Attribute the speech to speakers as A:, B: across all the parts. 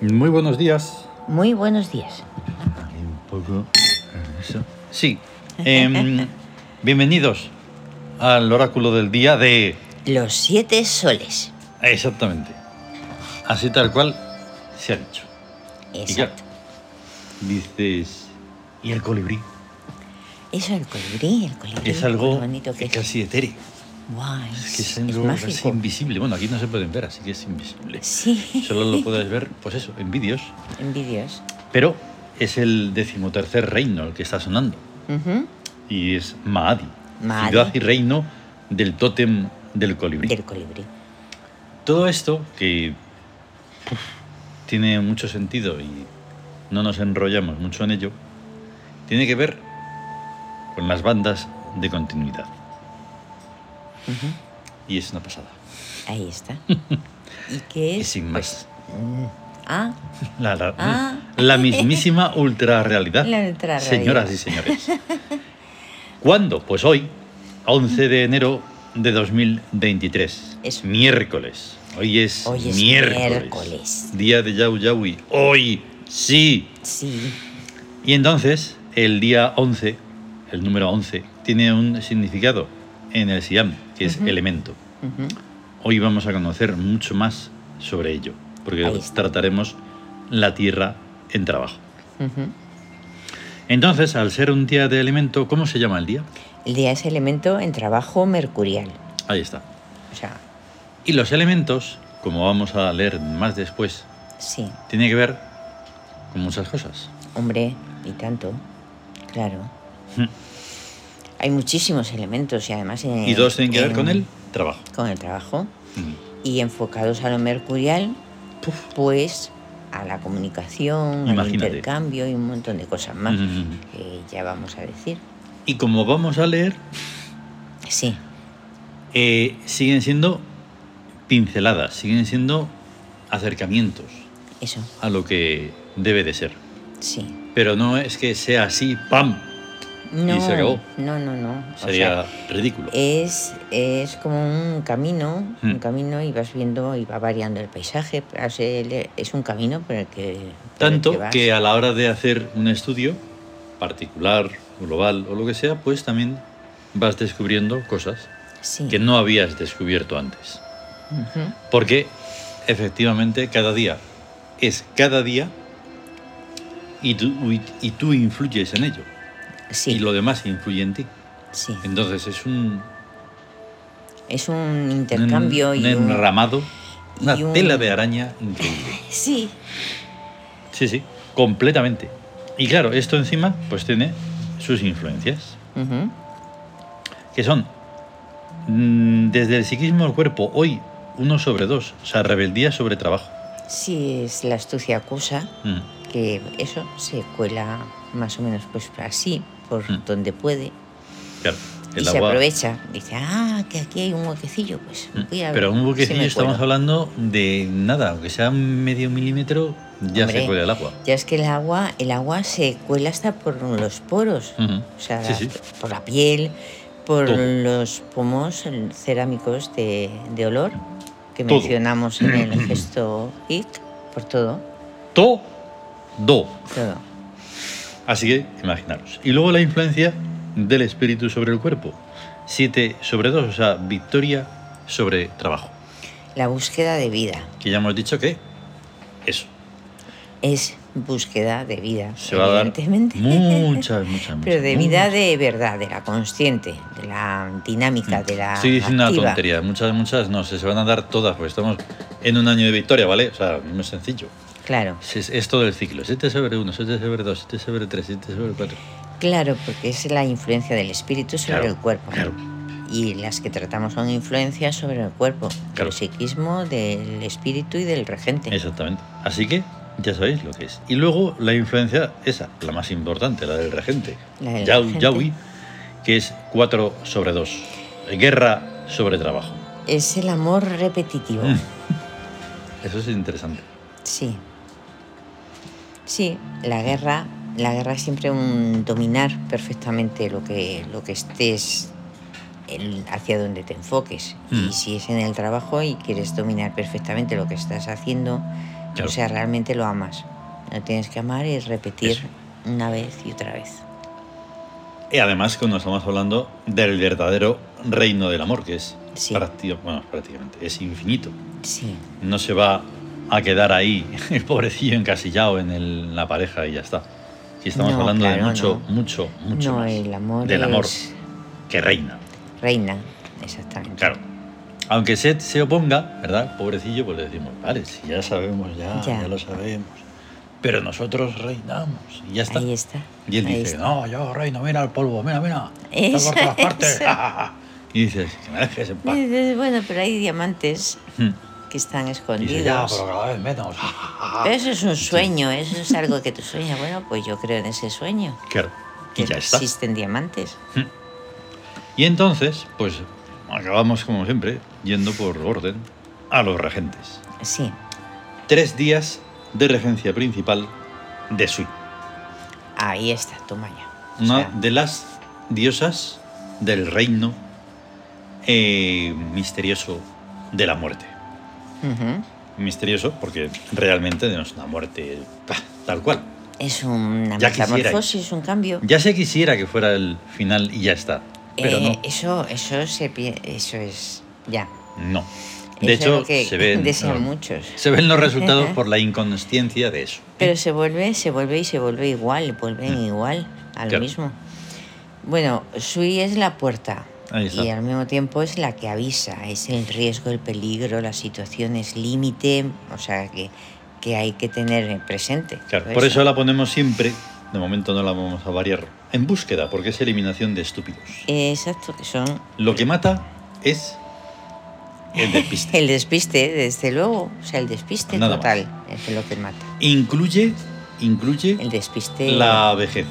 A: Muy buenos días.
B: Muy buenos días.
A: Ahí un poco eh, eso. Sí. em, bienvenidos al oráculo del día de...
B: Los siete soles.
A: Exactamente. Así tal cual se ha dicho. Y claro,
B: Exacto.
A: dices... ¿Y el colibrí?
B: Eso el colibrí, el colibrí.
A: Es algo
B: qué bonito que es.
A: casi etéreo.
B: Guau,
A: Es
B: es,
A: que es,
B: es
A: algo casi
B: mágico.
A: invisible. Bueno, aquí no se pueden ver, así que es invisible.
B: Sí.
A: Solo lo puedes ver, pues eso, en vídeos.
B: En vídeos.
A: Pero es el decimotercer reino el que está sonando.
B: Ujú.
A: Y es Maadi.
B: Maadi.
A: Ciudad y reino del tótem del colibrí.
B: Del colibrí.
A: Todo esto que uf, tiene mucho sentido y no nos enrollamos mucho en ello, tiene que ver con las bandas de continuidad. Y es una pasada.
B: Ahí está. ¿Y qué
A: Y
B: es? pues,
A: sin más.
B: Ah,
A: La, la- mm,
B: Ah.
A: la mismísima ultra realidad.
B: La ultrarrealidad.
A: Señoras y señores. ¿Cuándo? Pues hoy, 11 de enero de 2023.
B: Eso.
A: Miércoles. Hoy es,
B: Hoy es
A: miércoles.
B: miércoles.
A: Día de Yau Yaui. Hoy, sí.
B: sí.
A: Y entonces, el día 11, el número 11, tiene un significado en el Siam, que es elemento.
B: Ujú.
A: Hoy vamos a conocer mucho más sobre ello, porque
B: Ahí está.
A: trataremos la tierra en trabajo.
B: Ujú.
A: Entonces, al ser un día de elemento, ¿cómo se llama el día?
B: El día es elemento en trabajo mercurial.
A: Ahí está.
B: O sea,
A: Y los elementos, como vamos a leer más después,
B: sí.
A: tiene que ver con muchas cosas.
B: Hombre, y tanto. Claro.
A: Mm.
B: Hay muchísimos elementos y además... En,
A: y dos tienen que ver
B: en-
A: con el trabajo.
B: Con el trabajo.
A: Mm.
B: Y enfocados a lo mercurial,
A: Puf.
B: pues a la comunicación,
A: Imagínate.
B: al intercambio y un montón de cosas más
A: Mm.
B: que ya vamos a decir.
A: Y como vamos a leer,
B: Sí,
A: eh, siguen siendo pinceladas, siguen siendo acercamientos
B: eso,
A: a lo que debe de ser.
B: sí.
A: Pero no es que sea así, ¡pam!
B: No,
A: se acabó.
B: No, no, no. O
A: Sería
B: sea, eh,
A: ridículo.
B: es, es como un camino,
A: Mm.
B: un camino y vas viendo y va variando el paisaje. O sea, el- Es un camino por el que... por el
A: Tanto
B: vas.
A: que a la hora de hacer un estudio, particular, global o lo que sea, pues también vas descubriendo cosas
B: Sí.
A: que no habías descubierto antes.
B: Ujú.
A: Porque efectivamente cada día es cada día y tú, y, y tú influyes en ello.
B: Sí,
A: Y lo demás influye en ti.
B: sí.
A: Entonces es un,
B: Es un
A: un,
B: intercambio
A: un
B: y un...
A: enramado, una
B: y un-
A: tela de araña increíble.
B: Sí,
A: Sí, sí, completamente. Y claro, esto encima pues tiene sus influencias,
B: Ujú.
A: que son mm, desde el psiquismo al cuerpo, hoy uno sobre dos, o sea, rebeldía sobre trabajo.
B: sí, es la astucia acusa,
A: Mm,
B: que eso se cuela más o menos pues así, por
A: Mm.
B: donde puede,
A: claro, el
B: y se
A: agua-
B: aprovecha. Dice, ah, que aquí hay un huequecillo, pues
A: Mm,
B: voy a
A: Pero un
B: ver si
A: buquecillo
B: me
A: estamos
B: cuelo".
A: hablando de nada, aunque sea medio milímetro, ya se
B: Hombre.
A: cuela el agua.
B: Ya es que el agua, el agua se cuela hasta por los poros,
A: Ujú.
B: o sea,
A: Hmm. Mm. Sí, sí.
B: por la piel, por
A: Todo.
B: los pomos el- cerámicos de, de olor que
A: Todo.
B: mencionamos en el gesto hic, por todo,
A: To, do.
B: todo.
A: Así que imaginaros. Y luego la influencia del espíritu sobre el cuerpo. 7 sobre 2, o sea, victoria sobre trabajo.
B: La búsqueda de vida
A: Que ya hemos dicho que eso
B: es búsqueda de vida,
A: se va a dar
B: evidentemente.
A: muchas, muchas,
B: Pero
A: muchas,
B: de vida
A: muchas.
B: de verdad, de la consciente, de la dinámica, de la.
A: Estoy diciendo Mm. una
B: activa.
A: tontería, muchas, muchas no, se se van a dar todas, porque estamos en un año de victoria, ¿vale? O sea, no es sencillo.
B: Claro,
A: Es, es- es todo el ciclo, 7 sobre 1, 7 sobre 2, 7 sobre 3, 7 sobre 4.
B: claro, porque es la influencia del espíritu sobre
A: Claro,
B: el cuerpo.
A: claro.
B: Y las que tratamos son influencias sobre el cuerpo,
A: Claro.
B: del psiquismo, del espíritu y del regente.
A: Exactamente. Así que ya sabéis lo que es. Y luego la influencia, esa, la más importante, la del regente.
B: La del
A: Yau-
B: regente.
A: Yaui, que es 4 sobre 2. Guerra sobre trabajo.
B: Es el amor repetitivo.
A: Mm. Eso es interesante.
B: Sí. Sí, la guerra, la guerra es siempre un dominar perfectamente lo que, lo que estés el- hacia donde te enfoques.
A: Mm.
B: Y si es en el trabajo y quieres dominar perfectamente lo que estás haciendo,
A: Claro.
B: O sea, realmente lo amas. Lo tienes que amar y repetir
A: Eso.
B: una vez y otra vez.
A: Y además cuando estamos hablando del verdadero reino del amor, que es
B: Sí.
A: prácti- bueno, prácticamente, es infinito.
B: Sí,
A: No se va a quedar ahí, el pobrecillo encasillado en, el- en la pareja y ya está. Si estamos
B: No,
A: hablando de
B: claro,
A: mucho,
B: no.
A: mucho, mucho
B: No,
A: más
B: el amor
A: del amor
B: es-
A: que reina.
B: reina, exactamente.
A: Claro. Aunque Seth se oponga, ¿verdad? Pobrecillo, pues le decimos, vale, si ya sabemos, ya, ya,
B: Ya.
A: lo sabemos. Pero nosotros reinamos y ya está.
B: Ahí está.
A: Y él
B: ahí
A: dice,
B: está.
A: no, yo reino, mira el polvo, mira, mira. está
B: Eso,
A: por todas partes.
B: eso.
A: y dices, que me dejes en paz.
B: Y dices, Eh, Bueno, pero hay diamantes que están
A: Y dice, ya,
B: escondidos.
A: pero cada vez menos. Ah.
B: Pero eso es un sueño, eso es algo que tú sueñas. Bueno, pues yo creo en ese sueño.
A: Claro,
B: Que
A: y ya está.
B: existen diamantes.
A: Y entonces, pues acabamos como siempre, yendo por orden a los regentes.
B: Sí.
A: Tres días de regencia principal de Sui,
B: Ahí está, toma ya. O
A: una
B: sea,
A: de las diosas del reino eh, misterioso de la muerte.
B: ujú.
A: Misterioso porque realmente no es una muerte pa, tal cual.
B: Es una
A: Ya quisiera.
B: metamorfosis, un cambio.
A: Ya se quisiera que fuera el final y ya está, pero
B: Eh,
A: no.
B: Eso, eso se pi- eso es. Ya.
A: No. De
B: Eso eh, es
A: hecho,
B: lo que
A: se ven,
B: desean
A: no,
B: muchos.
A: se ven los resultados
B: Ajá.
A: por la inconsciencia de eso.
B: Pero se vuelve, se vuelve y se vuelve igual, vuelven
A: Mm.
B: igual a lo
A: Claro.
B: mismo. Bueno, Sui es la puerta
A: Ahí está.
B: y al mismo tiempo es la que avisa, es el riesgo, el peligro, las situaciones límite, o sea, que, que hay que tener presente.
A: Claro,
B: todo
A: por eso la ponemos siempre, de momento no la vamos a variar, en búsqueda, porque es eliminación de estúpidos.
B: Eh, Exacto, que son
A: Lo que mata es el despiste.
B: el despiste, desde luego, o sea, el despiste
A: Nada
B: total es lo que mata.
A: Incluye, incluye
B: El despiste
A: la vejez,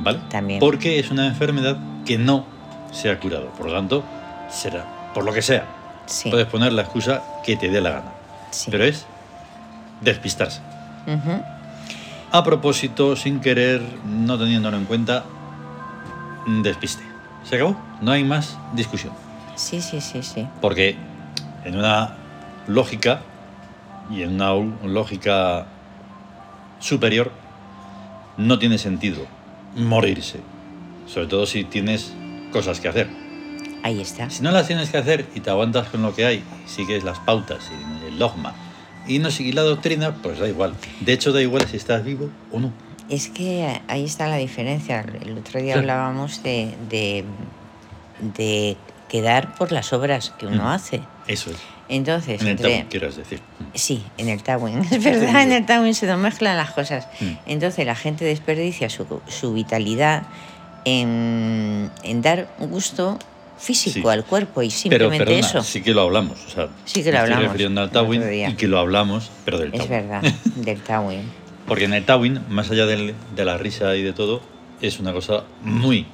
A: ¿vale?
B: También.
A: Porque es una enfermedad que no se ha curado, por lo tanto, será, por lo que sea.
B: sí,
A: Puedes poner la excusa que te dé la gana,
B: sí.
A: pero es despistarse.
B: Ujú.
A: A propósito, sin querer, no teniéndolo en cuenta, despiste. ¿Se acabó? No hay más discusión.
B: Sí, sí, sí, sí.
A: Porque en una lógica y en una u- lógica superior, no tiene sentido morirse. Sobre todo si tienes cosas que hacer.
B: Ahí está.
A: Si no las tienes que hacer y te aguantas con lo que hay, y sigues las pautas y el dogma y no sigues la doctrina, pues da igual. De hecho, da igual si estás vivo o no.
B: Es que ahí está la diferencia. El otro día
A: Claro.
B: hablábamos de, de, de quedar por las obras que uno
A: Mm.
B: hace.
A: Eso es.
B: Entonces,
A: En el
B: entre-
A: tabú, quieras decir.
B: sí, en el Tawin, es verdad, en el Tawin se nos mezclan las cosas.
A: Mm.
B: Entonces la gente desperdicia su, su vitalidad en, en dar un gusto físico
A: Sí.
B: al cuerpo y
A: Pero
B: simplemente
A: perdona,
B: eso.
A: sí que lo hablamos. O sea,
B: Sí que
A: me
B: lo
A: estoy
B: hablamos
A: refiriendo al
B: el otro
A: Tawin
B: día.
A: y que lo hablamos, pero del
B: Es
A: Tawin.
B: verdad, del Tawin.
A: Porque en el Tawin, más allá del- de la risa y de todo, es una cosa muy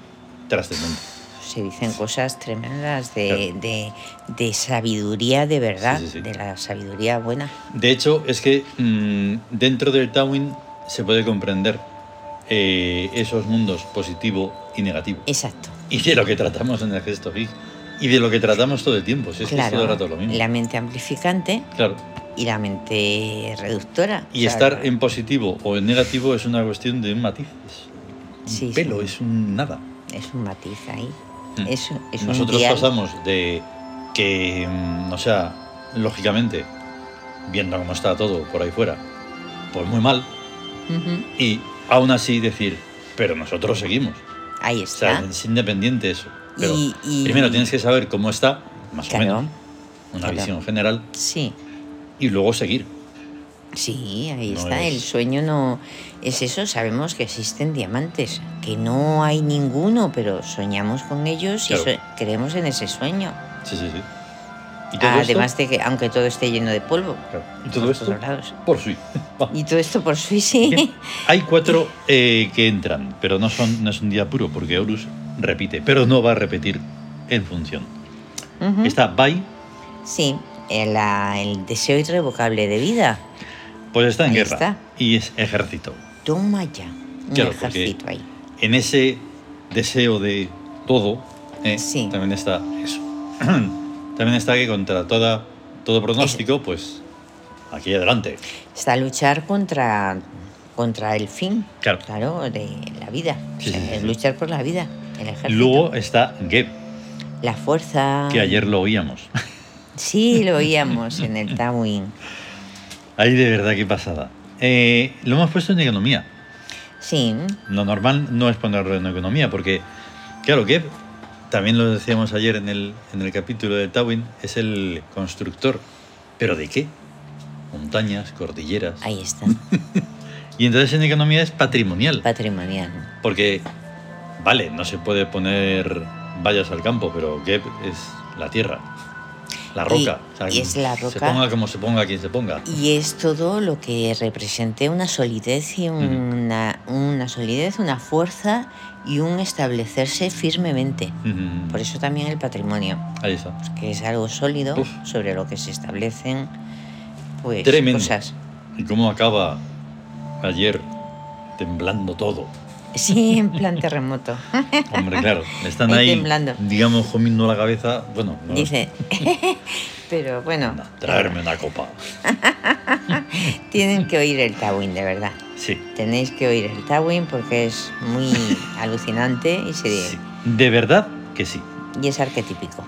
A: trascendente.
B: se dicen cosas tremendas de, de, de sabiduría de verdad,
A: Sí, sí, sí.
B: de la sabiduría buena.
A: De hecho, es que mm, dentro del Tawin se puede comprender eh, esos mundos positivo y negativo.
B: Exacto.
A: Y de lo que tratamos en el gesto Big. Y de lo que tratamos todo el tiempo. Si es que es todo el rato lo mismo.
B: la mente amplificante
A: Claro.
B: y la mente reductora.
A: Y
B: O sea,
A: estar en positivo o en negativo es una cuestión de un matiz. Es un
B: Sí, sí.
A: pelo, es un nada.
B: Es un matiz ahí.
A: Mm.
B: Es, es un
A: Nosotros
B: dial.
A: pasamos de que, mm, o sea, lógicamente, viendo cómo está todo por ahí fuera, pues muy mal,
B: Ujú.
A: y aún así decir, pero nosotros seguimos.
B: Ahí
A: O
B: está.
A: sea, es independiente eso. Pero
B: Y- y-
A: primero tienes que saber cómo está, más o
B: claro.
A: menos, una
B: claro.
A: visión general,
B: Sí.
A: y luego seguir.
B: Sí, ahí
A: No
B: está. El
A: es-
B: sueño no es eso. Sabemos que existen diamantes, que no hay ninguno, pero soñamos con ellos y
A: Claro.
B: so- creemos en ese sueño.
A: Sí, sí, sí. Y todo esto-
B: Además de que, aunque todo esté lleno de polvo.
A: claro, y todo
B: por
A: esto
B: todos lados.
A: por sí.
B: Y todo esto por sí, sí.
A: Hay cuatro eh, que entran, pero no, son, no es un día puro, porque Horus repite, pero no va a repetir en función.
B: Ujú.
A: Está Bai,
B: Sí, el, ah, el deseo irrevocable de vida.
A: pues está en
B: Ahí
A: guerra
B: está.
A: y es ejército.
B: Toma ya. Un
A: Claro, porque-
B: ejército ahí.
A: En ese deseo de todo, eh,
B: Sí.
A: también está eso. también está que contra toda, todo pronóstico, pues Aquí adelante.
B: Está luchar contra, contra el fin,
A: Claro.
B: claro, de la vida.
A: Sí,
B: O sea,
A: sí, sí,
B: es
A: sí.
B: luchar por la vida, el ejército. Ah.
A: Luego está Geb,
B: la fuerza.
A: que ayer lo oíamos.
B: Sí, lo oíamos en el Tawin.
A: Ahí de verdad qué pasada. Eh, lo hemos puesto en economía.
B: Sí,
A: Lo normal no es ponerlo en economía, porque, claro, Geb, también lo decíamos ayer en el, en el capítulo de Tawin, es el constructor. ¿Pero de qué? Montañas, cordilleras.
B: ahí está.
A: Y entonces en economía es patrimonial.
B: Patrimonial.
A: Porque, vale, no se puede poner vallas al campo, pero Geb es la tierra, la
B: Y-
A: roca. O sea,
B: y es la
A: Se
B: roca.
A: ponga como se ponga quien se ponga.
B: Y es todo lo que representa una solidez y una, una solidez, una fuerza y un establecerse firmemente.
A: Mm,
B: Por eso también el patrimonio,
A: Ahí está.
B: que es algo sólido
A: Uf.
B: sobre lo que se establecen pues
A: Tremendo.
B: cosas.
A: ¿Y cómo acaba ayer temblando todo?
B: Sí, en plan terremoto.
A: Hombre, claro, están
B: Ahí
A: ahí,
B: temblando.
A: digamos, comiendo la cabeza. Bueno, no,
B: Dice. Pero bueno,
A: anda, traerme una copa.
B: tienen que oír el Tawin, de verdad.
A: Sí.
B: Tenéis que oír el Tawin porque es muy alucinante y, se,
A: sí. De verdad que sí.
B: y es arquetípico.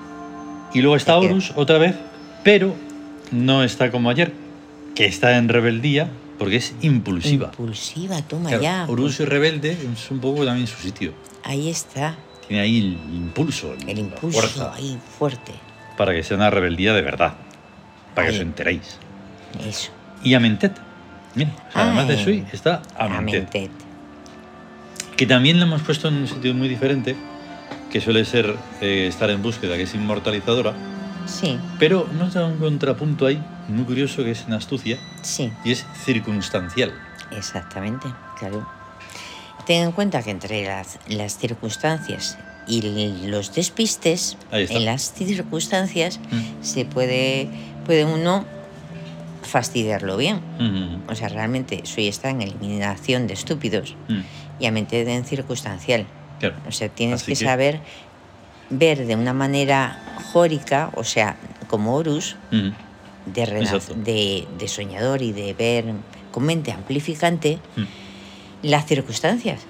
A: Y luego está
B: Ok.
A: Horus otra vez, pero no está como ayer, que está en rebeldía porque es impulsiva.
B: Impulsiva, toma
A: Claro,
B: ya. pues.
A: Horus y rebelde es un poco también su sitio.
B: Ahí está,
A: Tiene ahí el impulso,
B: el
A: la
B: impulso
A: fuerza,
B: ahí fuerte.
A: para que sea una rebeldía de verdad, para que
B: Ahí.
A: os enteréis.
B: Eso,
A: Y Amentet, mira, o sea, además de
B: Ay.
A: Sui, está Amentet.
B: Amentet.
A: que también lo hemos puesto en un sitio muy diferente, que suele ser eh, estar en búsqueda, que es inmortalizadora,
B: Sí,
A: pero nos da un contrapunto ahí muy curioso que es en astucia
B: sí,
A: y es circunstancial.
B: exactamente, claro. Ten en cuenta que entre las, las circunstancias y l- los despistes,
A: Ahí está.
B: en las circunstancias
A: Mm.
B: se puede, puede uno fastidiarlo bien.
A: Mm,
B: O sea, realmente Sui está en eliminación de estúpidos
A: mm, mm.
B: y Amentet en circunstancial.
A: Claro,
B: O sea, tienes
A: Así
B: que,
A: que-
B: saber ver de una manera jórica, o sea, como Horus,
A: Mm,
B: de, rena-
A: Exacto.
B: de, de soñador y de ver con mente amplificante
A: Mm.
B: las circunstancias.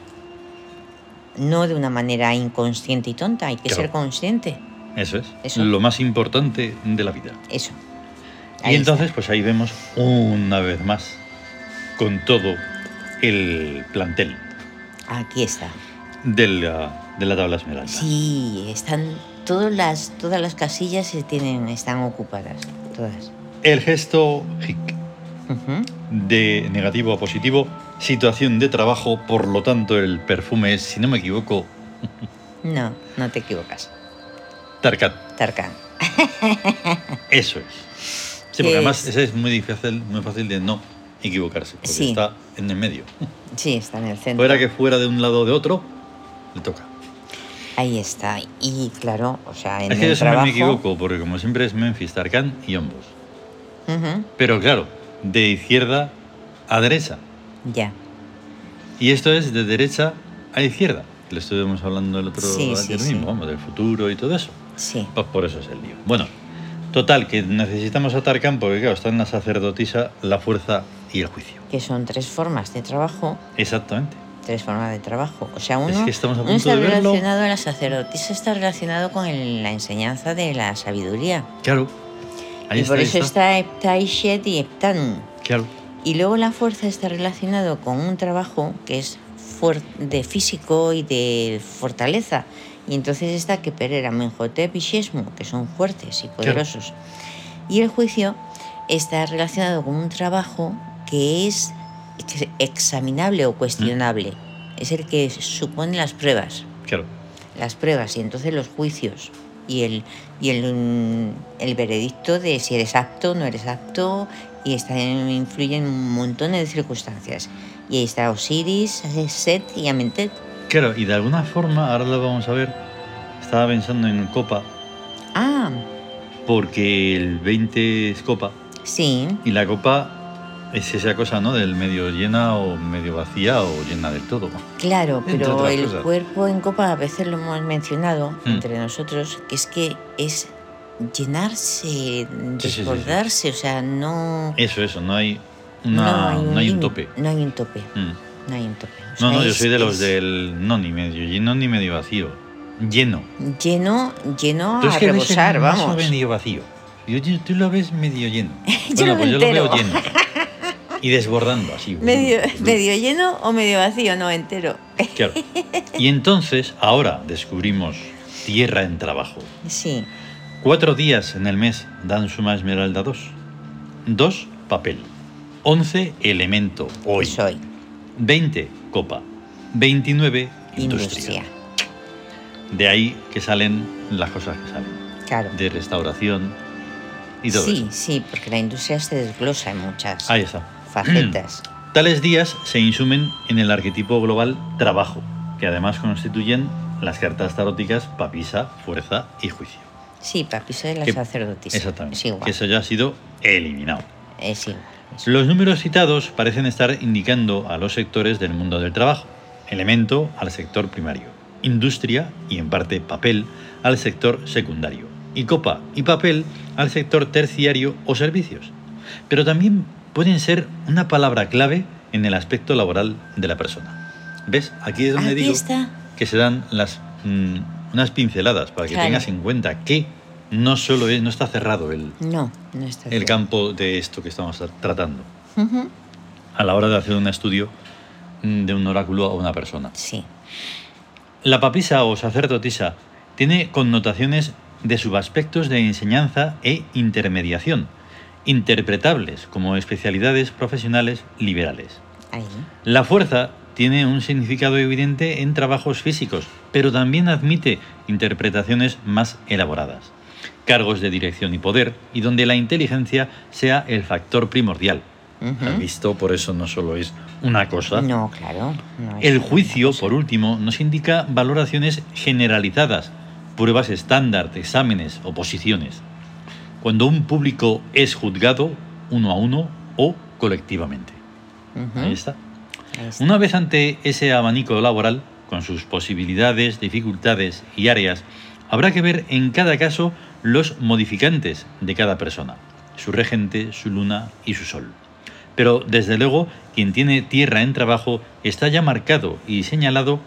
B: No de una manera inconsciente y tonta, hay que
A: Claro.
B: ser consciente.
A: eso es.
B: Eso.
A: Lo más importante de la vida.
B: Eso.
A: y
B: Ahí está.
A: entonces, pues ahí vemos una vez más con todo el plantel
B: Aquí está.
A: de la, de la tabla esmeralda.
B: Sí, están todas las, todas las casillas se tienen, están ocupadas. Todas.
A: El gesto hic.
B: Ujú.
A: de negativo a positivo, situación de trabajo, por lo tanto el perfume es, si no me equivoco,
B: No, no te equivocas.
A: Tarkan.
B: Tarkan.
A: Eso es. Sí, porque
B: ¿Qué
A: además
B: es?
A: ese es muy difícil, muy fácil de no equivocarse, porque
B: Sí.
A: está en el medio.
B: Sí, está en el centro.
A: Fuera que fuera de un lado o de otro, le toca.
B: Ahí está. Y claro, o sea, en
A: es que yo
B: el
A: siempre
B: trabajo.
A: me equivoco, porque como siempre es Memphis, Tarkan y Hombos.
B: Ujú,
A: Pero claro, de izquierda a derecha.
B: Ya.
A: Y esto es de derecha a izquierda. que Lo estuvimos hablando el otro
B: Sí,
A: ayer
B: sí,
A: mismo,
B: sí.
A: vamos, del futuro y todo eso.
B: Sí.
A: Pues por eso es el lío. Bueno, total, que necesitamos a Tarkan porque, claro, están la sacerdotisa, la fuerza y el juicio.
B: Que son tres formas de trabajo.
A: Exactamente.
B: Tres formas de trabajo. O sea, uno,
A: que estamos a
B: uno
A: punto
B: está
A: de verlo.
B: relacionado a la sacerdotisa, está relacionado con el- la enseñanza de la sabiduría.
A: Claro. Ahí
B: y
A: está,
B: por
A: ahí
B: eso
A: está.
B: está Heptaishet y Heptanum.
A: Claro.
B: Y luego la fuerza está relacionado con un trabajo que es fuer- de físico y de fortaleza. Y entonces está que Perera, Menjotep y Shesmo, que son fuertes y poderosos. Y el juicio está relacionado con un trabajo que es ex- examinable o cuestionable. Es el que supone las pruebas.
A: Claro.
B: Las pruebas y entonces los juicios. Y el, y el, mm, el veredicto de si eres apto o no eres apto. Y está, influyen un montón de circunstancias. Y ahí está Osiris, Set y Amentet.
A: Claro, y de alguna forma, ahora lo vamos a ver, estaba pensando en Copa,
B: Ah,
A: porque el 20 es Copa,
B: sí,
A: y la Copa es esa cosa, ¿no? Del medio llena o medio vacía o llena del todo.
B: Claro,
A: Entre
B: pero
A: otras
B: el
A: cosas.
B: cuerpo en copa a veces lo hemos mencionado
A: Mm.
B: entre nosotros, que es que es llenarse,
A: sí, sí.
B: desbordarse, o sea, no,
A: Eso, eso, no hay, una-
B: no hay un,
A: un
B: límite,
A: tope.
B: No hay un tope,
A: Mm.
B: no hay un tope. O sea,
A: No, no, yo
B: es-
A: soy de los
B: es
A: del no ni medio lleno ni medio vacío. Lleno.
B: Lleno, lleno
A: Tú
B: a
A: es que ves el
B: rebosar,
A: vaso
B: Ah, vamos.
A: medio vacío. Yo, yo- tú lo ves medio lleno.
B: Yo
A: bueno,
B: lo
A: pues yo
B: veo
A: lo veo
B: entero.
A: lleno. Y desbordando así.
B: Medio,
A: Mm.
B: medio lleno o medio vacío, no entero.
A: Claro. Y entonces, ahora descubrimos tierra en trabajo.
B: Sí,
A: Cuatro días en el mes dan suma esmeralda 2. 2, papel. 11, elemento, hoy.
B: soy
A: 20, copa. 29, industria.
B: industria.
A: De ahí que salen las cosas que salen.
B: Claro.
A: De restauración y todo
B: Sí,
A: eso.
B: sí, porque la industria se desglosa en muchas
A: Ahí está.
B: facetas.
A: Tales días se insumen en el arquetipo global trabajo, que además constituyen las cartas taróticas papisa, fuerza y juicio.
B: Sí, papi, soy la
A: Que-
B: sacerdotisa.
A: Exactamente.
B: Es igual.
A: Que eso ya ha sido eliminado.
B: Es igual. es-
A: Los números citados parecen estar indicando a los sectores del mundo del trabajo. Elemento al sector primario, industria y en parte papel al sector secundario, y copa y papel al sector terciario o servicios. Pero también pueden ser una palabra clave en el aspecto laboral de la persona. ¿Ves? Aquí es donde
B: Ah, Aquí
A: digo
B: está.
A: que se dan las, mm, unas pinceladas para que
B: Claro.
A: tengas en cuenta que no solo es, no está cerrado el,
B: No, no está.
A: el
B: bien.
A: campo de esto que estamos tratando
B: Ujú,
A: a la hora de hacer un estudio mm, de un oráculo a una persona.
B: Sí,
A: La papisa o sacerdotisa tiene connotaciones de subaspectos de enseñanza e intermediación, interpretables como especialidades profesionales liberales.
B: ahí.
A: La fuerza tiene un significado evidente en trabajos físicos, pero también admite interpretaciones más elaboradas, cargos de dirección y poder, y donde la inteligencia sea el factor primordial,
B: Ujú.
A: ¿Has visto? Por eso no solo es una cosa.
B: No, claro. no es
A: El
B: una
A: juicio,
B: cosa.
A: por último, nos indica valoraciones generalizadas, pruebas estándar, exámenes, oposiciones. Cuando un público es juzgado uno a uno o colectivamente.
B: Ujú,
A: Ahí está.
B: ahí está.
A: Una vez ante ese abanico laboral, con sus posibilidades, dificultades y áreas, habrá que ver en cada caso los modificantes de cada persona, su regente, su luna y su sol. Pero desde luego, quien tiene tierra en trabajo está ya marcado y señalado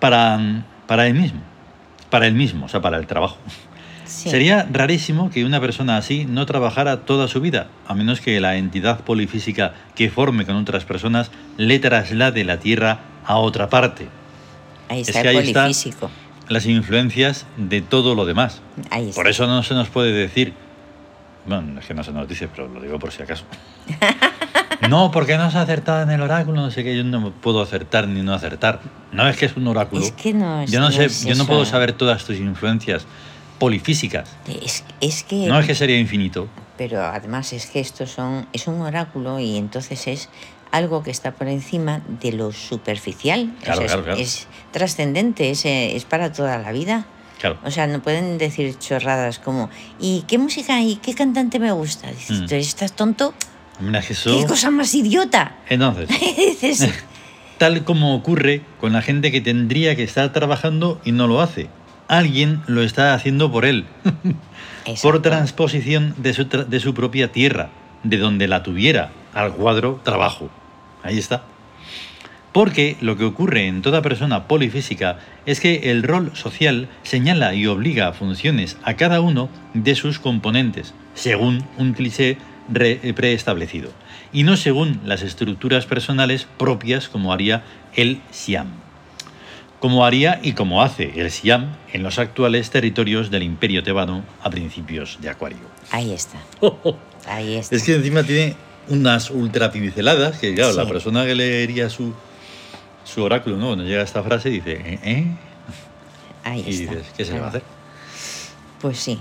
A: para, para él mismo. Para él mismo, o sea, para el trabajo.
B: Sí,
A: Sería rarísimo que una persona así no trabajara toda su vida, a menos que la entidad polifísica que forme con otras personas le traslade la Tierra a otra parte.
B: ahí
A: es
B: está
A: que
B: el
A: ahí está.
B: polifísico.
A: Las influencias de todo lo demás.
B: Ahí está.
A: Por eso no se nos puede decir... Bueno, es que no se nos dice, pero lo digo por si acaso. No, porque no has acertado en el oráculo, no sé qué, yo no puedo acertar ni no acertar. No es que es un oráculo.
B: Es que no es-
A: yo no, sé,
B: es
A: yo no
B: eso.
A: puedo saber todas tus influencias polifísicas.
B: Es, es que.
A: No es que sería infinito.
B: Pero además es que esto son, es un oráculo y entonces es algo que está por encima de lo superficial. O
A: Claro,
B: sea, es-
A: claro, claro.
B: Es, trascendente, es, eh, es para toda la vida.
A: Claro.
B: O sea, no pueden decir chorradas como, ¿y qué música y qué cantante me gusta? Dices,
A: Mm.
B: "¿Tú ¿estás tonto?
A: Mira, Jesús.
B: ¿Qué cosa más idiota?
A: Entonces,
B: Dices,
A: tal como ocurre con la gente que tendría que estar trabajando y no lo hace. Alguien lo está haciendo por él, por
B: "Exacto".
A: transposición de su, tra- de su propia tierra, de donde la tuviera, al cuadro trabajo. Ahí está. Porque lo que ocurre en toda persona polifísica es que el rol social señala y obliga a funciones a cada uno de sus componentes, según un cliché re- preestablecido, y no según las estructuras personales propias como haría el SIAM. Como haría y como hace el SIAM en los actuales territorios del Imperio Tebano a principios de Acuario.
B: Ahí está, ahí está.
A: Es que encima tiene unas ultra pinceladas que, claro,
B: Sí.
A: la persona que leería su, su oráculo, ¿no? Cuando llega a esta frase dice, ¿eh? ¿eh?
B: ahí
A: Y
B: está.
A: dices, ¿qué se le va a hacer?
B: Pues sí.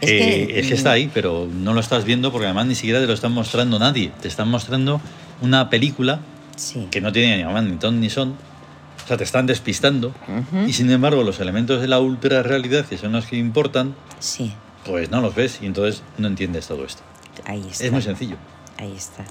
A: Eh, Es, que,
B: mm.
A: está ahí, pero no lo estás viendo porque además ni siquiera te lo están mostrando nadie. Te están mostrando una película
B: Sí.
A: que no tiene ni además ni ton ni son. O sea, te están despistando.
B: Ujú.
A: Y sin embargo, los elementos de la ultra realidad, que son los que importan,
B: Sí,
A: pues no los ves y entonces no entiendes todo esto.
B: ahí está.
A: Es muy sencillo.
B: Ahí está.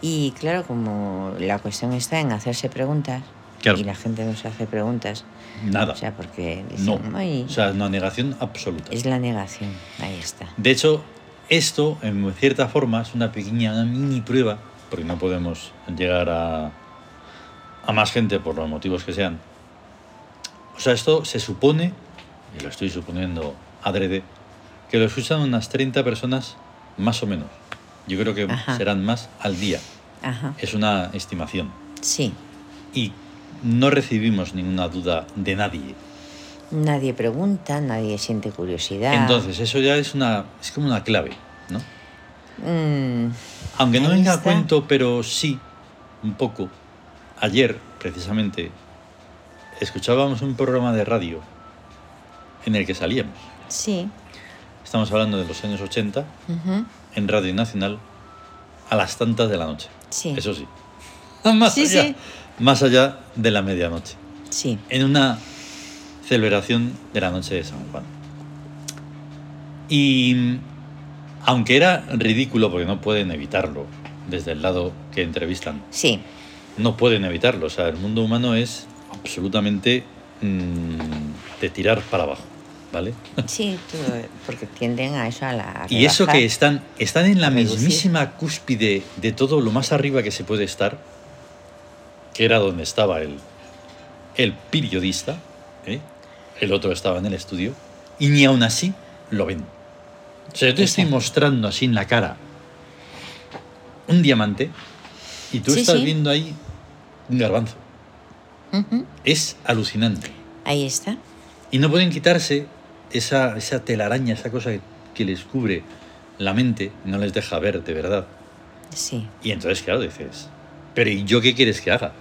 B: Y claro, como la cuestión está en hacerse preguntas,
A: Claro.
B: Y la gente nos hace preguntas.
A: Nada.
B: O sea, porque dicen,
A: no.
B: "Ay,
A: O sea, una negación absoluta.
B: es la negación. Ahí está.
A: De hecho, esto, en cierta forma, es una pequeña una mini prueba, porque no podemos llegar a, a más gente por los motivos que sean. O sea, esto se supone, y lo estoy suponiendo adrede, que lo escuchan unas 30 personas más o menos. Yo creo que
B: Ajá.
A: serán más al día.
B: Ajá.
A: Es una estimación.
B: Sí.
A: Y no recibimos ninguna duda de nadie.
B: Nadie pregunta, nadie siente curiosidad.
A: Entonces, eso ya es una es como una clave, ¿no?
B: Mm,
A: Aunque no
B: Ahí
A: venga a
B: está.
A: cuento, pero sí, un poco. Ayer, precisamente, escuchábamos un programa de radio en el que salíamos.
B: sí.
A: Estamos hablando de los años 80,
B: Ujú.
A: en Radio Nacional, a las tantas de la noche.
B: Sí.
A: Eso sí. Más,
B: Sí,
A: allá,
B: sí.
A: más allá de la medianoche.
B: Sí.
A: en una celebración de la noche de San Juan. Y aunque era ridículo, porque no pueden evitarlo, desde el lado que entrevistan,
B: Sí.
A: no pueden evitarlo. O sea, el mundo humano es absolutamente mm, de tirar para abajo, ¿vale?
B: Sí, todo- porque tienden a eso, a la. a
A: Y eso
B: rebajar.
A: que están, están en la
B: Reducir.
A: mismísima cúspide de todo lo más arriba que se puede estar, que era donde estaba el, el periodista, ¿eh? el otro estaba en el estudio, y ni aún así lo ven. O sea, yo te estoy
B: Exacto.
A: mostrando así en la cara un diamante y tú
B: Sí,
A: estás
B: sí.
A: viendo ahí un garbanzo.
B: Ujú.
A: Es alucinante.
B: Ahí está.
A: Y no pueden quitarse esa, esa telaraña, esa cosa que, que les cubre la mente, no les deja ver de verdad.
B: Sí.
A: Y entonces, claro, dices, pero ¿y yo qué quieres que haga?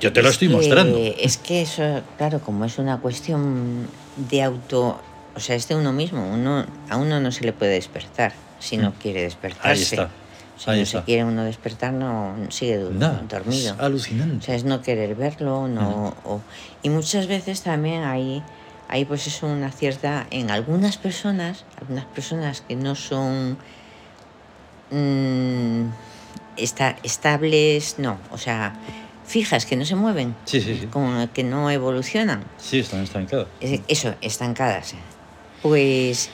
A: Yo te lo
B: Es
A: estoy
B: que-
A: mostrando.
B: Es que eso, claro, como es una cuestión de auto, o sea, es de uno mismo, uno, a uno no se le puede despertar si no
A: Mm.
B: quiere despertarse.
A: Ahí está.
B: Si
A: Ahí
B: no
A: está.
B: se quiere uno despertar, no sigue du-
A: Nada.
B: dormido.
A: Es
B: O sea,
A: alucinante.
B: es no querer verlo, no. o- y muchas veces también hay, hay pues es una cierta. En algunas personas, algunas personas que no son mm, esta- estables, no, o sea, fijas, que no se mueven,
A: Sí, sí, sí.
B: como que no evolucionan,
A: Sí, están estancadas.
B: es- eso, estancadas. Pues.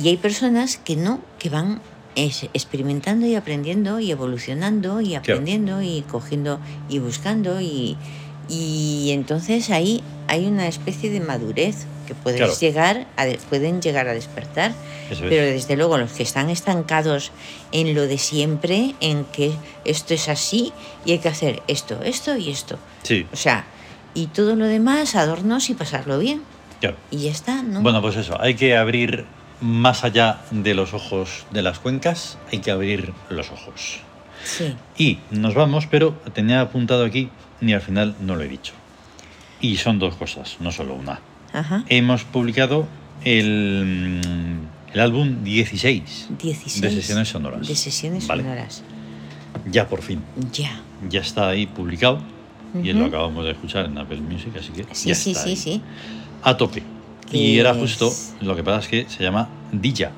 B: Y hay personas que no, que van es- experimentando y aprendiendo y evolucionando y aprendiendo y cogiendo y buscando y, y entonces ahí hay una especie de madurez que puedes
A: Claro.
B: llegar a de- pueden llegar a despertar
A: Eso es.
B: pero desde luego los que están estancados en lo de siempre en que esto es así y hay que hacer esto esto y esto
A: Sí,
B: o sea y todo lo demás adornos y pasarlo bien
A: claro.
B: y ya está, ¿no?
A: Bueno, pues eso, hay que abrir más allá de los ojos de las cuencas, hay que abrir los ojos.
B: Sí.
A: Y nos vamos, pero tenía apuntado aquí y al final no lo he dicho. Y son dos cosas, no solo una.
B: Ajá.
A: Hemos publicado el, mm, el álbum 16,
B: 16.
A: de sesiones sonoras.
B: De sesiones
A: Vale.
B: sonoras.
A: Ya por fin,
B: Ya.
A: ya está ahí publicado y lo
B: Ujú.
A: acabamos de escuchar en Apple Music, así que
B: Sí,
A: ya
B: sí,
A: está
B: sí,
A: ahí.
B: sí.
A: a tope. Y
B: Que
A: era justo,
B: es-
A: lo que pasa es que se llama Dilla,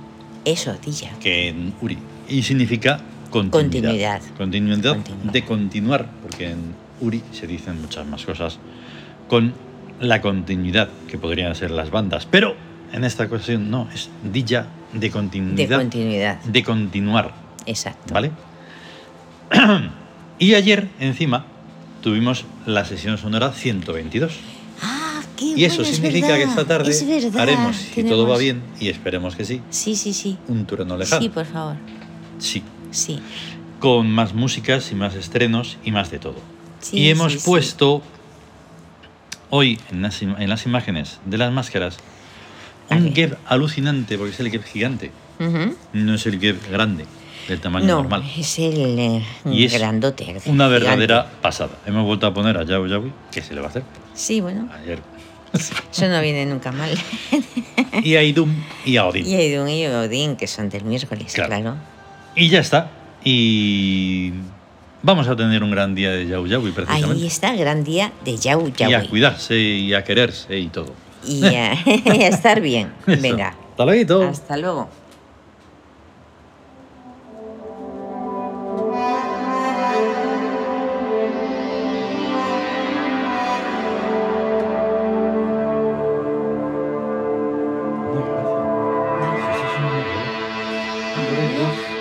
B: Eso, Dilla.
A: que en Uri, y significa continuidad.
B: Continuidad.
A: Continuidad
B: Continuar.
A: de continuar, porque en Uri se dicen muchas más cosas con la continuidad que podrían ser las bandas. Pero en esta ocasión no, es Dilla de
B: De
A: continuidad,
B: continuidad.
A: de continuar,
B: Exacto.
A: ¿vale? y ayer, encima, tuvimos la sesión sonora 122.
B: Ah, qué
A: Y eso
B: bueno, es
A: significa
B: verdad,
A: que esta tarde
B: es verdad,
A: haremos, si todo va
B: tenemos-
A: bien, y esperemos que sí,
B: Sí, sí, sí.
A: un turno lejano.
B: Sí, por favor.
A: Sí,
B: Sí.
A: con más músicas y más estrenos y más de todo.
B: Sí,
A: y hemos
B: sí, sí.
A: puesto hoy en las, im- en las imágenes de las máscaras
B: A
A: un
B: ver.
A: gap alucinante, porque es el gap gigante,
B: Ujú.
A: no es el gap grande, del tamaño
B: No,
A: normal.
B: es el eh,
A: Y es
B: grandote. el
A: Una
B: gigante.
A: verdadera pasada. Hemos vuelto a poner a Yao Yawi, que se le va a hacer
B: Sí, bueno,
A: ayer.
B: eso no viene nunca mal.
A: Y a Idum y a Odin.
B: ¿Eh? y hay un y Odín, que son del miércoles,
A: Claro.
B: claro.
A: Y ya está. Y vamos a tener un gran día de Yau Yaui,
B: Ahí
A: precisamente.
B: está, gran día de Yau Yau.
A: y a cuidarse y a quererse y todo.
B: y a, y a estar bien.
A: Eso.
B: Venga,
A: Hasta luego.
B: hasta luego. Gloria a Dios.